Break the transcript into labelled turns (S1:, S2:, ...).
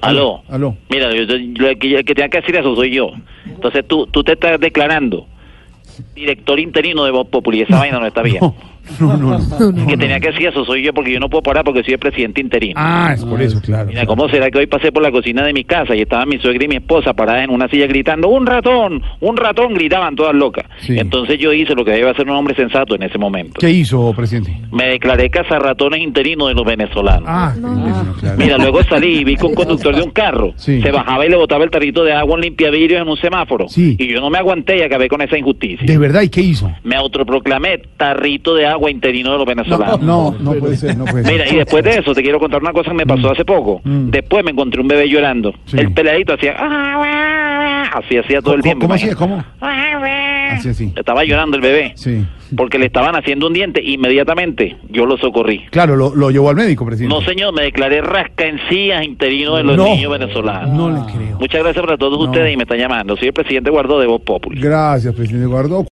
S1: Aló.
S2: Aló.
S1: Mira, yo, yo- el que, el que tenga que decir eso soy yo. Entonces tú, tú te estás declarando director interino de Voz Populi. Esa vaina no está bien.
S2: No, no, no. no.
S1: El que tenía que decir eso soy yo porque yo no puedo parar porque soy el presidente interino.
S2: Ah, es por eso, claro.
S1: Mira, ¿cómo será que hoy pasé por la cocina de mi casa y estaban mi suegra y mi esposa paradas en una silla gritando, un ratón, un ratón, gritaban todas locas?
S2: Sí.
S1: Entonces yo hice lo que debe hacer un hombre sensato en ese momento.
S2: ¿Qué hizo, presidente?
S1: Me declaré cazarratones interino de los venezolanos.
S2: Ah, no, claro.
S1: Mira, luego salí y vi que un conductor de un carro
S2: Sí.
S1: se bajaba y le botaba el tarrito de agua a un limpiavidrios en un semáforo.
S2: Sí.
S1: Y yo no me aguanté y acabé con esa injusticia.
S2: ¿De verdad? ¿Y qué hizo?
S1: Me autoproclamé tarrito de agua interino de los venezolanos.
S2: No, no puede ser, no puede ser.
S1: Mira, y después de eso te quiero contar una cosa que me pasó hace poco.
S2: Mm.
S1: Después me encontré un bebé llorando.
S2: Sí.
S1: El peladito hacía... "Ah, Así hacía todo el
S2: ¿Cómo-
S1: tiempo.
S2: ¿Cómo así?
S1: imagínate.
S2: ¿Cómo? Así, así.
S1: Estaba llorando el bebé.
S2: Sí.
S1: Porque le estaban haciendo un diente. Inmediatamente yo lo socorrí.
S2: Claro, lo, lo llevó al médico, presidente.
S1: No, señor, me declaré rasca encías interino de los
S2: No.
S1: niños venezolanos.
S2: No le creo.
S1: Muchas gracias para todos
S2: No.
S1: ustedes y me están llamando. Soy el presidente Guardó de Voz Populi.
S2: Gracias, presidente Guardó.